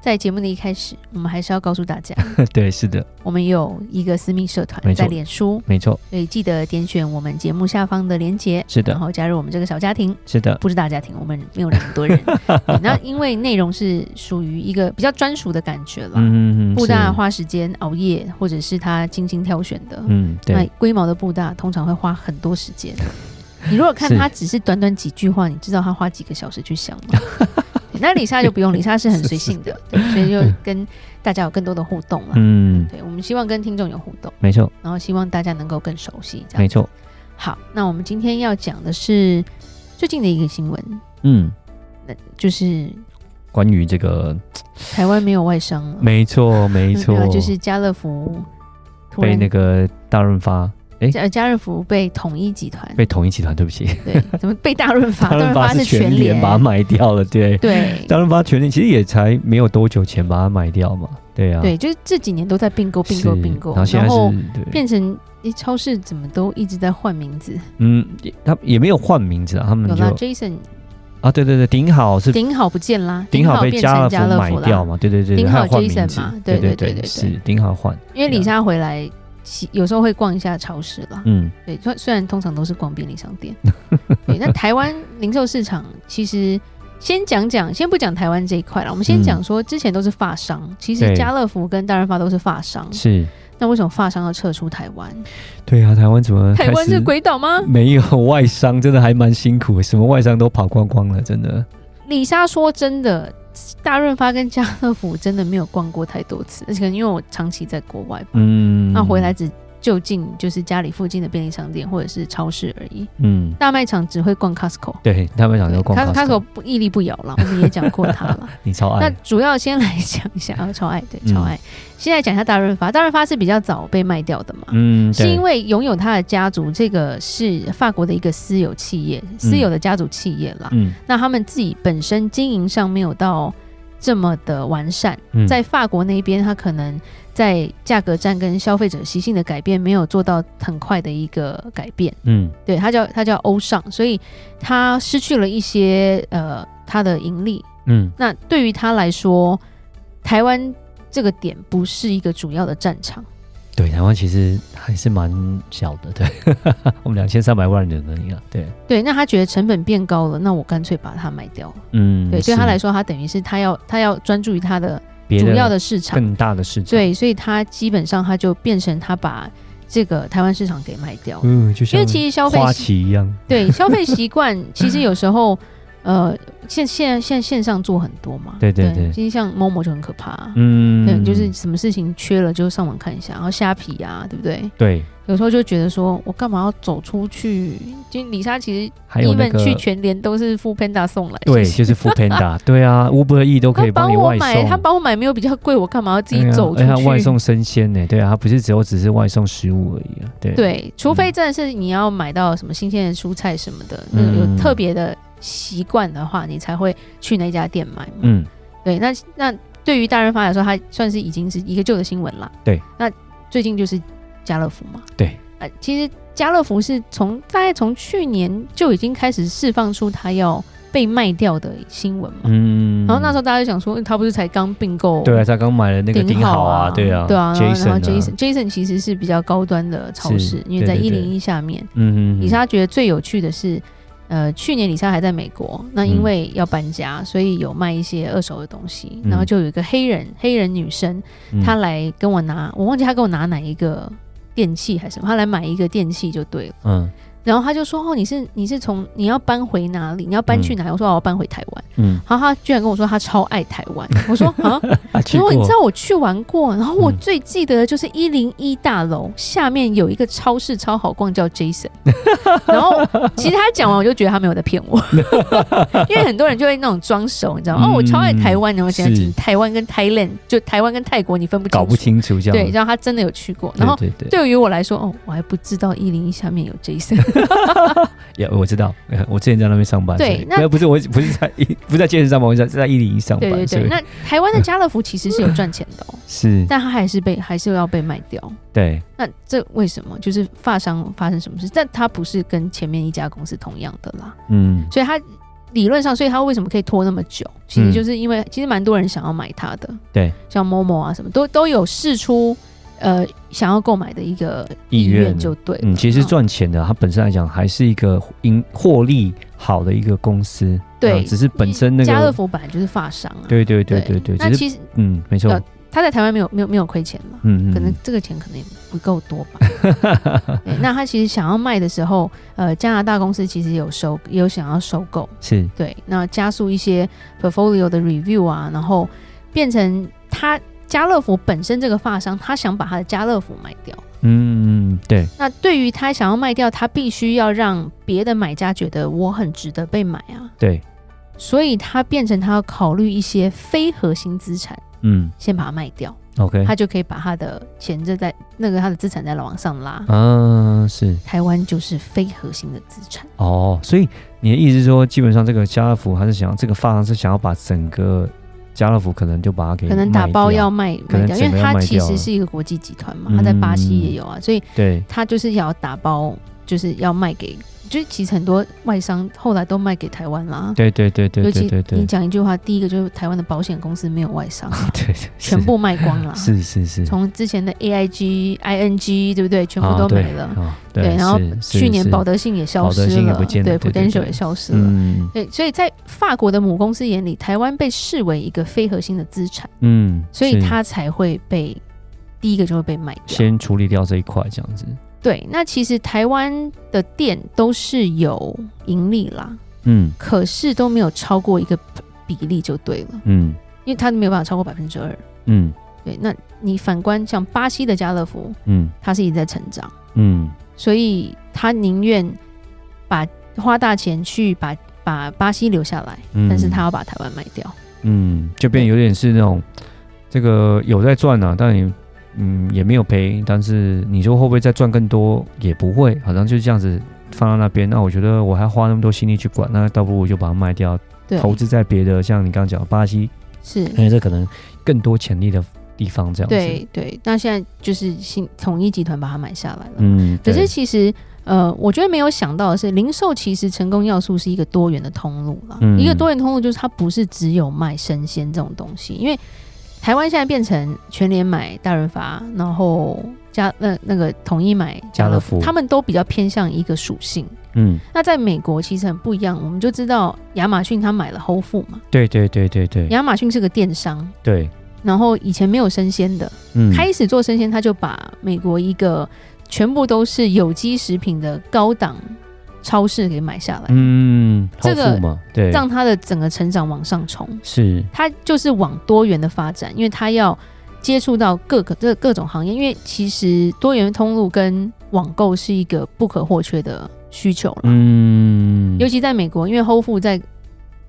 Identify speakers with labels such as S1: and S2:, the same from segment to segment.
S1: 在节目的一开始，我们还是要告诉 大家，
S2: 对，是的，
S1: 我们有一个私密社
S2: 没
S1: 团
S2: 错
S1: 在脸书，
S2: 没错，
S1: 所以记得点选我们节目下方的链接，
S2: 是
S1: 然
S2: 的，
S1: 后加入我们这个小家庭。
S2: 是的，
S1: 不是大家庭，我们没有很多人。 对那因为内容是属于一个比较专属的感觉啦。
S2: 嗯
S1: 布大
S2: 是
S1: 花时间熬夜，或者是他精心挑选的，
S2: 嗯，
S1: 那
S2: 对，
S1: 龟毛的布大通常会花很多时间。你如果看
S2: 是
S1: 他只是短短几句话，你知道他花几个小时去想 吗？对那李莎就不用，李莎是很随性的，对，所以就跟大家有更多的互动了。
S2: 嗯，
S1: 对，我们希望跟听众有互动，
S2: 没错，
S1: 然后希望大家能够更熟悉。这
S2: 没
S1: 样
S2: 错，
S1: 好，那我们今天要讲的是最近的一个新闻，
S2: 嗯，
S1: 就是
S2: 关于这个，
S1: 台湾没有外商了，
S2: 没 错，没
S1: 嗯
S2: 错
S1: 对啊，嗯就是家乐福突
S2: 被
S1: 然
S2: 那个大润发
S1: 家呃家乐福被统一集团
S2: 被统一集团，对不起，
S1: 对怎么被大润 发，
S2: 大润
S1: 发
S2: 是
S1: 全
S2: 联把它卖掉了，对，
S1: 对
S2: 大润发全年其实也才没有多久前把它买掉嘛，对啊，
S1: 对，就是这几年都在并购、并
S2: 是，
S1: 购、并购，
S2: 然后现在是，对，
S1: 变成诶超市怎么都一直在换名字？
S2: 嗯，也他也没有换名字啊，他们
S1: 有
S2: 就
S1: 啦，Jason
S2: 啊，对对对，顶好是
S1: 顶好不见啦，
S2: 顶好被
S1: 变
S2: 家
S1: 成
S2: 乐
S1: 家
S2: 福
S1: 乐
S2: 买
S1: 福
S2: 掉
S1: 啦，
S2: 嘛，对对对，
S1: 顶
S2: 对
S1: 好
S2: 还有换
S1: Jason
S2: 名字
S1: 嘛，
S2: 对
S1: 对对
S2: 对
S1: 对对
S2: 是顶好换，
S1: 因为李莎回来。其有时候会逛一下超市啦，
S2: 嗯，
S1: 对，虽虽然通常都是逛便利商 店，对。那台湾零售市场其实先讲讲，先不讲台湾这一块了，我们先
S2: 嗯
S1: 讲说之前都是发商，其实
S2: 对
S1: 家乐福跟大润发都是发商，
S2: 是，
S1: 那为什么发商要撤出台湾？
S2: 对啊，台湾怎么
S1: 台湾
S2: 开始
S1: 是鬼岛吗？
S2: 没有外商，真的还蛮辛苦，什么外商都跑光光了，真的。
S1: 李莎说真的，大润发跟家乐福真的没有逛过太多次，而且可能因为我长期在国外吧，
S2: 嗯，
S1: 那啊回来，只就近就是家里附近的便利商店或者是超市而已。
S2: 嗯，
S1: 大卖场只会逛 Costco，
S2: 对他们想说啊逛
S1: Costco
S2: Costco，
S1: 不屹立不摇了，我们也讲过 它了。
S2: 你超
S1: 那
S2: 爱，
S1: 主要先来讲一下，啊，超爱对
S2: 嗯
S1: 超爱，先来讲一下大润发，大润发是比较早被卖掉的嘛。
S2: 嗯，
S1: 是
S2: 对
S1: 因为拥有它的家族，这个是法国的一个私有企业，私有的家族企业啦。
S2: 嗯
S1: 那他们自己本身经营上没有到这么的完善，
S2: 嗯，
S1: 在法国那边，它可能在价格战跟消费者习性的改变没有做到很快的一个改变，
S2: 嗯
S1: 对，它叫它叫欧尚，所以它失去了一些呃它的盈利。
S2: 嗯
S1: 那对于它来说，台湾这个点不是一个主要的战场，
S2: 对，台湾其实还是蛮小的，对，我们两千三百万人而已啊，对，
S1: 对，那他觉得成本变高了，那我干脆把它卖掉了。
S2: 嗯，
S1: 对，对他
S2: 是
S1: 来说，他等于是他要他要专注于他的
S2: 别
S1: 主要的市场，
S2: 更大的市场，，
S1: 对，所以他基本上他就变成他把这个台湾市场给卖掉了，
S2: 嗯，就
S1: 因
S2: 像
S1: 为其实消费
S2: 花
S1: 习
S2: 旗一样，
S1: 对消费 习惯，其实有时候呃现现现线上做很多嘛，
S2: 对对对
S1: 其实像 Momo 就很可怕、
S2: 嗯，
S1: 对，就是什么事情缺了就上网看一下，然后虾皮啊，对不对？
S2: 对，
S1: 有时候就觉得说我干嘛要走出去？就李莎其实
S2: 还有那
S1: even
S2: 个
S1: 去全联都是付 Panda 送来，
S2: 对，
S1: 是不是
S2: 就是 f o o Panda，对啊，Uber E 都可以
S1: 他帮
S2: 你
S1: 我
S2: 外
S1: 买，
S2: 送，
S1: 他帮我买没有比较贵，我干嘛要自己
S2: 对啊
S1: 走出
S2: 而且它
S1: 去？
S2: 外送生鲜呢，对啊，它不是只有只是外送食物而已啊，对，
S1: 对，除非真的是你要买到什么新鲜的蔬菜什么的，那
S2: 嗯
S1: 有特别的习惯的话，你才会去那家店买嘛。
S2: 嗯，
S1: 对，那那对于大润发来说，它算是已经是一个旧的新闻啦。
S2: 对，
S1: 那最近就是家乐福嘛。
S2: 对，
S1: 呃，其实家乐福是从大概从去年就已经开始释放出它要被卖掉的新闻嘛。
S2: 嗯，
S1: 然后那时候大家就想说，嗯它不是才刚并购？
S2: 对啊，他刚买了那个
S1: 顶
S2: 顶好啊，对啊，
S1: 对啊，然后
S2: Jason
S1: 然后
S2: 啊
S1: Jason Jason 其实是比较高端的超
S2: 是
S1: 市，因为在
S2: 对
S1: 一
S2: 对对
S1: 零一下面，
S2: 嗯嗯，嗯
S1: 李，莎觉得最有趣的是，呃，去年李莎还在美国，那因为要搬家，所以有卖一些二手的东西，
S2: 嗯
S1: 然后就有一个黑人黑人女生，
S2: 嗯
S1: 她来跟我拿，我忘记她跟我拿哪一个电器还是什么，她来买一个电器就对了。
S2: 嗯
S1: 然后她就说：“哦，你是你是从你要搬回哪里？你要搬去哪里？”我说：“哦我要搬回台湾。
S2: 嗯，”
S1: 然后她居然跟我说她超爱台湾。我说：“啊，
S2: 啊，去
S1: 然后
S2: 过
S1: 你知道我去玩过，然后我
S2: 嗯
S1: 最记得的就是一零一大楼下面有一个超市超好逛，叫 Jason。然 后其实他讲完，我就觉得他没有在骗我， 因为很多人就会那种装熟，你知道吗？哦，我超爱台湾，然后现在
S2: 嗯是
S1: 台湾跟 Thailand 就台湾跟泰国你分不清楚，
S2: 搞不清楚这样，
S1: 对，然后他真的有去过，
S2: 对
S1: 然后。
S2: 对对，
S1: 对于我来说，哦，我还不知道一零一下面有 Jason，
S2: 也、我知道， 呃我之前在那边上班，
S1: 对
S2: 所以
S1: 那
S2: 那不是我不是 在一不是在健身上班，我是在是在一零一上班，
S1: 对对
S2: 所
S1: 对，
S2: 以
S1: 那台湾的家乐福其实是有赚钱的、哦，
S2: 是
S1: 但它还是被还是要被卖掉。
S2: 对
S1: 那这为什么？就是发商发生什么事？但它不是跟前面一家公司同样的啦，
S2: 嗯
S1: 所以它理论上，所以它为什么可以拖那么久？其实嗯就是因为、其实蛮多人想要买它的，
S2: 对，
S1: 像 Momo 啊什么都都有试出呃想要购买的一个
S2: 意
S1: 意
S2: 愿
S1: 愿就对了
S2: 嗯，其实
S1: 嗯
S2: 赚钱的，它本身来讲还是一个盈获利好的一个公司，
S1: 对
S2: 啊只是本身那
S1: 家乐
S2: 个
S1: 福本来就是发商啊，
S2: 对对对对对，
S1: 那
S2: 只是
S1: 其实
S2: 嗯没错
S1: 呃，他在台湾没有没有没有亏钱嘛，
S2: 嗯嗯
S1: 可能
S2: 嗯
S1: 这个钱可能也不够多吧。 对那他其实想要卖的时候，呃，加拿大公司其实有收，也有想要收购，
S2: 是嗯
S1: 对，那加速一些 portfolio 的 review 啊，然后变成他家乐福本身这个发商，他想把他的家乐福卖掉。
S2: 嗯嗯对
S1: 那对于他想要卖掉，他必须要让别的买家觉得我很值得被买啊，
S2: 对
S1: 所以他变成他要考虑一些非核心资产，
S2: 嗯
S1: 先把它卖掉。
S2: OK
S1: 他就可以把他的钱就在那个他的资产再往上拉。
S2: 啊是
S1: 台湾就是非核心的资产，
S2: 哦，所以你的意思是说，基本上这个家乐福还是想要这个发行是想要把整个家乐福可能就把它给
S1: 可能打
S2: 卖
S1: 包
S2: 掉
S1: 要卖
S2: 可能
S1: 卖掉，
S2: 整
S1: 因
S2: 个
S1: 为
S2: 要
S1: 它
S2: 卖
S1: 其
S2: 掉
S1: 实
S2: 了
S1: 是一个国际集团嘛，
S2: 嗯
S1: 它在巴西也有啊，所以
S2: 对
S1: 它就是要打包，就是要卖给，就是其实很多外商后来都卖给台湾啦。
S2: 对对对对
S1: 尤
S2: 对
S1: 其
S2: 对对
S1: 你讲一句话，第一个就是台湾的保险公司没有外 商，
S2: 对，对
S1: 全部卖光了。
S2: 是是是是
S1: 从之前的 AIG、ING，对不对？全部
S2: 啊
S1: 都
S2: 对
S1: 没了。
S2: 啊
S1: 对，然后
S2: 是是
S1: 去年
S2: 是
S1: 保德信也消
S2: 保德
S1: 失
S2: 信也
S1: 了，
S2: 不见了
S1: 对
S2: 对对
S1: Prudential
S2: 对
S1: 也消失了。
S2: 嗯
S1: 对，所以在法国的母公司眼里，台湾被视为一个非核心的资产，
S2: 嗯，
S1: 所以
S2: 是
S1: 它才会被第一个就会被卖掉。
S2: 先处理掉这一块这样子，
S1: 对，那其实台湾的店都是有盈利啦，
S2: 嗯
S1: 可是都没有超过一个比例就对了，
S2: 嗯
S1: 因为它没有办法超过百分之二。
S2: 嗯
S1: 对，那你反观像巴西的家乐福，
S2: 嗯
S1: 它是一直在成长，
S2: 嗯
S1: 所以它宁愿把花大钱去把把巴西留下来，
S2: 嗯，
S1: 但是它要把台湾卖掉。
S2: 嗯，就变有点是那种这个有在赚啊，但你嗯也没有赔，但是你说会不会再赚更多也不会，好像就这样子放到那边。那我觉得我还花那么多心力去管，那倒不如我就把它卖掉，
S1: 对，啊
S2: 投资在哎别的，像你刚刚讲的巴西，
S1: 是
S2: 因为这可能更多潜力的地方这样子。，
S1: 对对，那现在就是新统一集团把它买下来了。
S2: 嗯，
S1: 可
S2: 对
S1: 是其实，呃，我觉得没有想到的是，零售其实成功要素是一个多元的通路啦。
S2: 嗯
S1: 一个多元通路就是它不是只有卖生鲜这种东西，因为台湾现在变成全联买大润发，然后家那那个统一买
S2: 家乐福
S1: 他们都比较偏向一个属性。
S2: 嗯，
S1: 那在美国其实很不一样，我们就知道亚马逊它买了 Whole Food 嘛，
S2: 对对对对对
S1: 亚马逊是个电商，
S2: 对，
S1: 然后以前没有生鲜的。
S2: 嗯，
S1: 开始做生鲜，他就把美国一个全部都是有机食品的高档超市给买下来，
S2: 嗯，
S1: 这个
S2: 后付嘛，对，
S1: 让它的整个成长往上冲。
S2: 是
S1: 它就是往多元的发展，因为它要接触到各个各各种行业，因为其实多元通路跟网购是一个不可或缺的需求了。
S2: 嗯，
S1: 尤其在美国，因为 Whole Food 在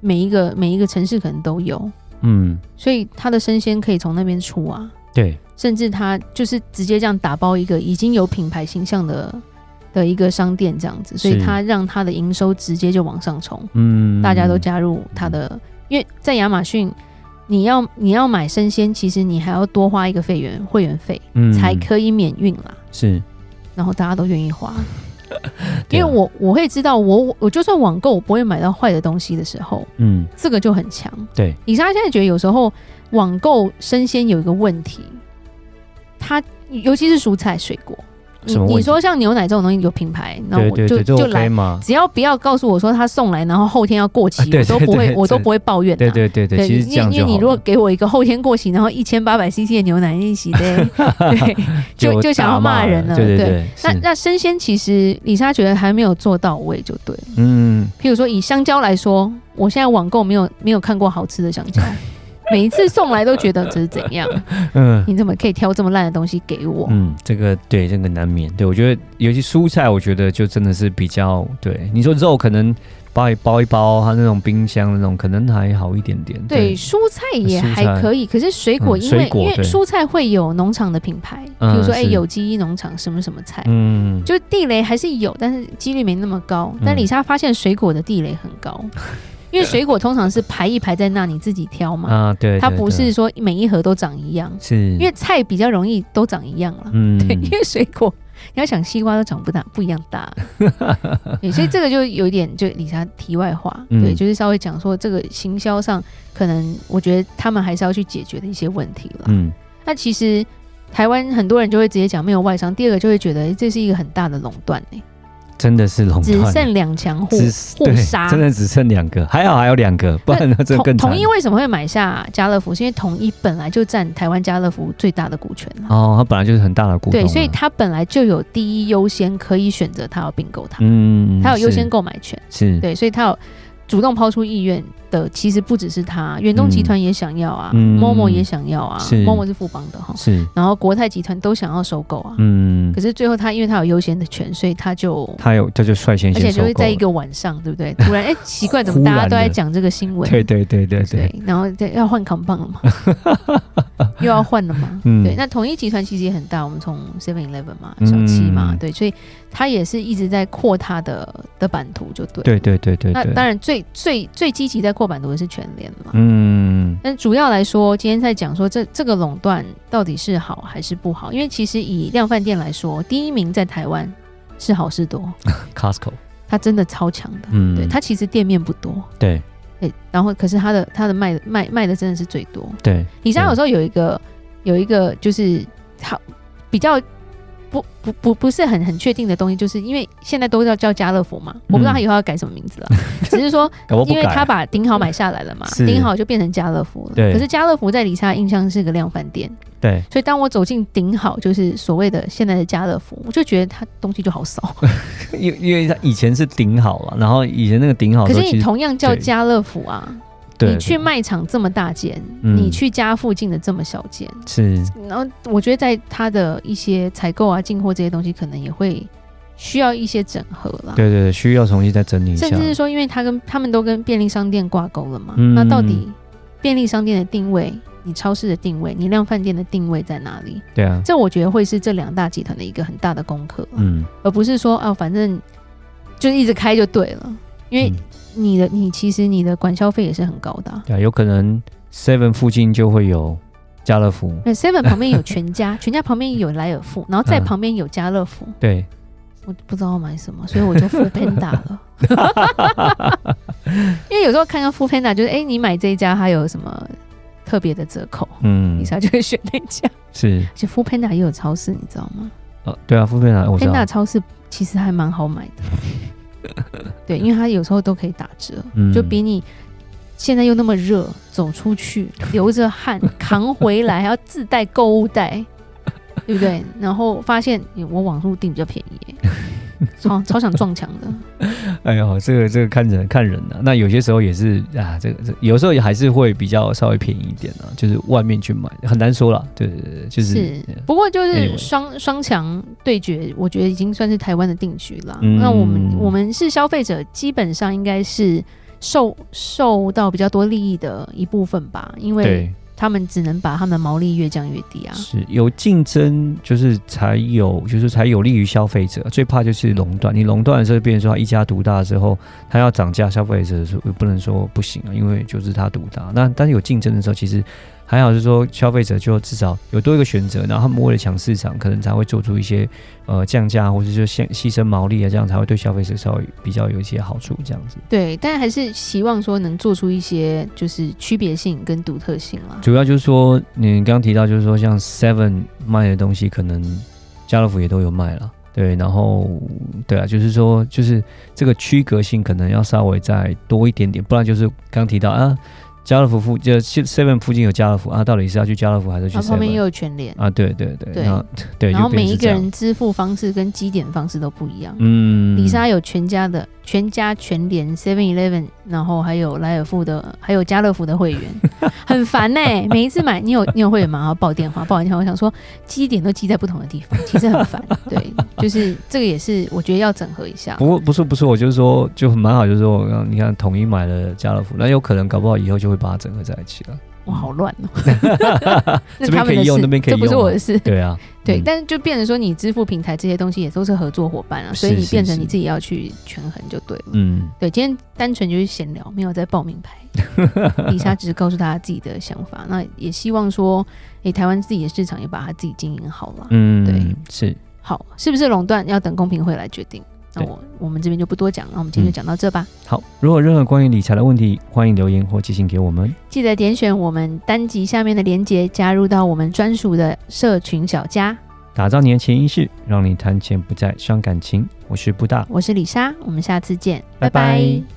S1: 每一个每一个城市可能都有，
S2: 嗯
S1: 所以它的生鲜可以从那边出啊。
S2: 对，
S1: 甚至他就是直接这样打包一个已经有品牌形象的的一个商店这样子，所以
S2: 是
S1: 他让他的营收直接就往上冲，
S2: 嗯，
S1: 大家都加入他的，因为在亚马逊。你要你要买生鲜，其实你还要多花一个费员会员费，
S2: 嗯
S1: 才可以免运啦。
S2: 是，
S1: 然后大家都愿意花，
S2: 对
S1: 因为
S2: 啊
S1: 我我会知道我，我我就算网购我不会买到坏的东西的时候，
S2: 嗯
S1: 这个就很强。
S2: 对，
S1: 李莎现在觉得有时候网购生鲜有一个问题，它尤其是蔬菜水果，你
S2: 什么问题
S1: 你说像牛奶这种东西有品牌，那
S2: 对
S1: 我
S2: 对
S1: 就
S2: 对，这
S1: 就
S2: OK
S1: 来，
S2: 嘛。
S1: 只要不要告诉我说它送来，然后后天要过期，
S2: 啊对
S1: 我都不
S2: 对
S1: 会
S2: 对
S1: 我都
S2: 对
S1: 不会抱怨、啊。
S2: 对对对对，其实这
S1: 因
S2: 样
S1: 为因为
S2: 就
S1: 你
S2: 好
S1: 如果
S2: 了。
S1: 给我一个后天过期，然后一千八百 CC 的牛奶 一起的，对， 就就想要
S2: 大
S1: 骂人了。
S2: 对对，
S1: 那
S2: 是
S1: 那生鲜其实李莎觉得还没有做到位，就对了。
S2: 嗯，
S1: 譬如说以香蕉来说，我现在网购没有没有看过好吃的香 蕉，每一次送来都觉得这是怎样？
S2: 嗯
S1: 你怎么可以挑这么烂的东西给我？
S2: 嗯，这个对这个难免。对我觉得，尤其蔬菜，我觉得就真的是比较对你说肉，可能包一包一包，它那种冰箱那种可能还好一点点。
S1: 对，，蔬菜也
S2: 蔬
S1: 还
S2: 菜
S1: 可以，可是水果
S2: 嗯
S1: 因
S2: 水
S1: 为、
S2: 果
S1: 因为
S2: 对
S1: 蔬菜会有农场的品牌，比
S2: 嗯
S1: 如说哎、
S2: 是
S1: 有机农场什么什么菜，
S2: 嗯，
S1: 就地雷还是有，但是几率没那么高。但
S2: 嗯
S1: 李莎发现水果的地雷很 高，因为水果通常是排一排在那，你自己挑嘛，
S2: 啊，对，嗯
S1: 它
S2: 对
S1: 不
S2: 对
S1: 是说每一盒都长一样，
S2: 是，
S1: 因
S2: 因
S1: 为菜比较容易都长一样了。
S2: 嗯，
S1: 对，因为水果你要想西瓜都长不大不一样 大，对，所以这个就有一点就李莎题外话，
S2: 嗯
S1: 对，就是稍微讲说这个行销上可能我觉得他们还是要去解决的一些问题了。
S2: 嗯
S1: 那其实台湾很多人就会直接讲没有外商，第二个就会觉得哎诶这是一个很大的垄断、欸、
S2: 真的是垄
S1: 只
S2: 断，
S1: 剩两强互
S2: 只
S1: 互杀
S2: 对，。真的只剩两个，还好还有两个，不然那这
S1: 统
S2: 更惨
S1: 统一为什么会买下家乐福？是因为统一本来就占台湾家乐福最大的股权了，
S2: 哦，它本来就是很大的股东啊，
S1: 对，所以它本来就有第一优先可以选择它要并购它，
S2: 嗯，
S1: 它有优
S2: 是嗯
S1: 先购买权。
S2: 是，
S1: 对，所以他有主动抛出意愿的，其实不只是他，远东集团也想要啊
S2: 嗯
S1: ，MOMO 也想要啊
S2: 是
S1: ，MOMO 是富邦的哈，
S2: 是，
S1: 然后国泰集团都想要收购啊，
S2: 嗯
S1: 可，是最后他因为他有优先的权，所以他就。
S2: 它有，它就率先
S1: 而
S2: 先
S1: 且就
S2: 收购
S1: 会在一
S2: 了，
S1: 个晚上，对不对？突然，哎，奇怪，怎么
S2: 忽
S1: 大
S2: 然
S1: 家都在
S2: 的
S1: 讲这个新闻？
S2: 对对对对对，
S1: 对，然后再要换扛棒了嘛， 又要换了嘛。
S2: 嗯
S1: 对，那统一集团其实也很大，我们从 Seven Eleven 嘛，小七嘛，
S2: 嗯
S1: 对，所以他也是一直在扩他的的版图，就对了。
S2: 对对对对
S1: 那
S2: 对，
S1: 当然最最最积极在扩版图的是全联嘛。
S2: 嗯
S1: 但主要来说，今天在讲说这这个垄断到底是好还是不好？因为其实以量贩店来说，第一名在台湾是好事多，
S2: ，Costco，
S1: 它真的超强的。
S2: 嗯，
S1: 对，它其实店面不多，
S2: 对
S1: 对，然后可是它的它的卖卖卖的真的是最多。
S2: 对，
S1: 李莎
S2: 对
S1: 有时候有一个有一个就是好比较不不不不是很很确定的东西，就是因为现在都要叫家乐福嘛，我不知道
S2: 嗯
S1: 他以后要改什么名字了，只是说
S2: 搞哎不好不
S1: 因为
S2: 改啊
S1: 他把顶好买下来了嘛，
S2: 是
S1: 顶好就变成家乐福了。
S2: 对
S1: 可是家乐福在李莎的印象是个量贩店，
S2: 对，
S1: 所以当我走进顶好，就是所谓的现在的家乐福，我就觉得它东西就好少。
S2: 因因为它以前是顶好了，然后以前那个顶好
S1: 可
S2: 的时
S1: 是
S2: 候，
S1: 你
S2: 其实
S1: 同样叫
S2: 对
S1: 家乐福啊，
S2: 对
S1: 你去
S2: 对
S1: 卖场这么大间，
S2: 嗯
S1: 你去家附近的这么小间，
S2: 是
S1: 然后我觉得在它的一些采购啊、进货这些东西，可能也会需要一些整合啦。
S2: 对对对，需要重新再整理一下
S1: 甚，至是说，因为它跟他们都跟便利商店挂钩了嘛，
S2: 嗯
S1: 那到底便利商店的定位、你超市的定位、你量贩店的定位在哪里？
S2: 对啊，
S1: 这我觉得会是这两大集团的一个很大的功课，
S2: 嗯，
S1: 而不是说啊，反正就一直开就对了，因为
S2: 嗯
S1: 你的你其实你的管消费也是很高的、啊。
S2: 对啊，有可能 Seven 附近就会有家乐福，
S1: 那 Seven 旁边有全家，全家旁边有莱尔富，然后在
S2: 嗯
S1: 旁边有家乐福，
S2: 对，
S1: 我不知道买什么，所以我就 f o o Panda 了。 因为有时候看到 f o o Panda，就是哎、诶你买这一家它有什么特别的折扣，
S2: 嗯
S1: 你，才就会选那 家。
S2: 是，
S1: 而且 f o o Panda 也有超市，你知道吗
S2: 哦，对啊，副片啊，我知道
S1: ？Panda，超市其实还蛮好买的， 对，因为它有时候都可以打折，
S2: 嗯
S1: 就比你。现在又那么热，走出去流着 汗扛回来，还要自带购物袋，对不对？然后发现诶我网络订比较便宜耶，超超想撞墙的。
S2: 哎呦，这个这个看人看人啊，那有些时候也是啊，这个这有时候也还是会比较稍微便宜一点啊，就是外面去买很难说啦，对对对，就是
S1: 是，不过就
S2: anyway
S1: 是双双强对决，我觉得已经算是台湾的定局了。
S2: 嗯
S1: 那我们我们是消费者，基本上应该是受受到比较多利益的一部分吧，因为
S2: 对，
S1: 他们只能把他们的毛利越降越低啊。
S2: 是有竞争，就是才有，就是才有利于消费者。最怕就是垄断，你垄断的时候，变成说它一家独大之后，它要涨价，消费者说不能说不行啊，因为就是它独大。那但是有竞争的时候，其实还好，是说消费者就至少有多一个选择，然后他们为了抢市场，可能才会做出一些呃降价，或者就牺牺牲毛利啊，这样才会对消费者稍微比较有一些好处，这样子。
S1: 对，但还是希望说能做出一些就是区别性跟独特性啦。
S2: 主要就是说，你刚刚提到，就是说像 Seven 卖的东西，可能家乐福也都有卖了，对，然后对啊，就是说，就是这个区隔性可能要稍微再多一点点，不然就是刚提到啊，家乐福附就 Seven 附近有家乐福啊，到底是要去家乐福还是去
S1: 然后旁边
S2: Seven
S1: 也有全联，
S2: 啊？对对对，
S1: 对
S2: 那对，
S1: 然后
S2: 就变成是
S1: 每一个
S2: 这样
S1: 人支付方式跟积点方式都不一样。
S2: 嗯，
S1: 李莎有全家的全家、全联、Seven Eleven，然后还有莱尔富的，还有家乐福 的会员，很烦呢、每一次买，你有你有会员吗？然后报电话，报完电话，我想说记忆点都记在不同的地方，其实 很烦。对，就是这个也是我觉得要整合一下。
S2: 不过不是不是，我就是说就很蛮好，就是说我刚你看统一买了家乐福，那有可能搞不好以后就会把它整合在一起了。
S1: 哇，好乱哦！ 那
S2: 这边
S1: 他
S2: 可
S1: 们
S2: 以
S1: 的
S2: 用
S1: 事，
S2: 那边可以
S1: 这不是
S2: 用啊
S1: 我的事。
S2: 对啊，
S1: 对，
S2: 嗯
S1: 但是就变成说，你支付平台这些东西也都是合作伙伴啊，所以
S2: 是
S1: 你
S2: 是
S1: 变成你
S2: 是
S1: 自己要去权衡就对了。
S2: 嗯，
S1: 对，今天单纯就是闲聊，没有在报名 牌。李莎只是告诉大家自己的想法，那也希望说，诶、台湾自己的市场也把它自己经营好了。
S2: 嗯，
S1: 对，
S2: 是，
S1: 好，是不是垄断要等公平会来决定？那
S2: 对嗯
S1: 我我们这边就不多讲了，那我们今天就讲到这吧。
S2: 好，如果有任何关于理财的问题，欢迎留言或寄信给我们。
S1: 记得点选我们单集下面的链接，加入到我们专属的社群小家。
S2: 打造你的潜意识，让你谈钱不再伤感情。我是布大，
S1: 我是李莎，我们下次见，
S2: 拜拜
S1: 拜拜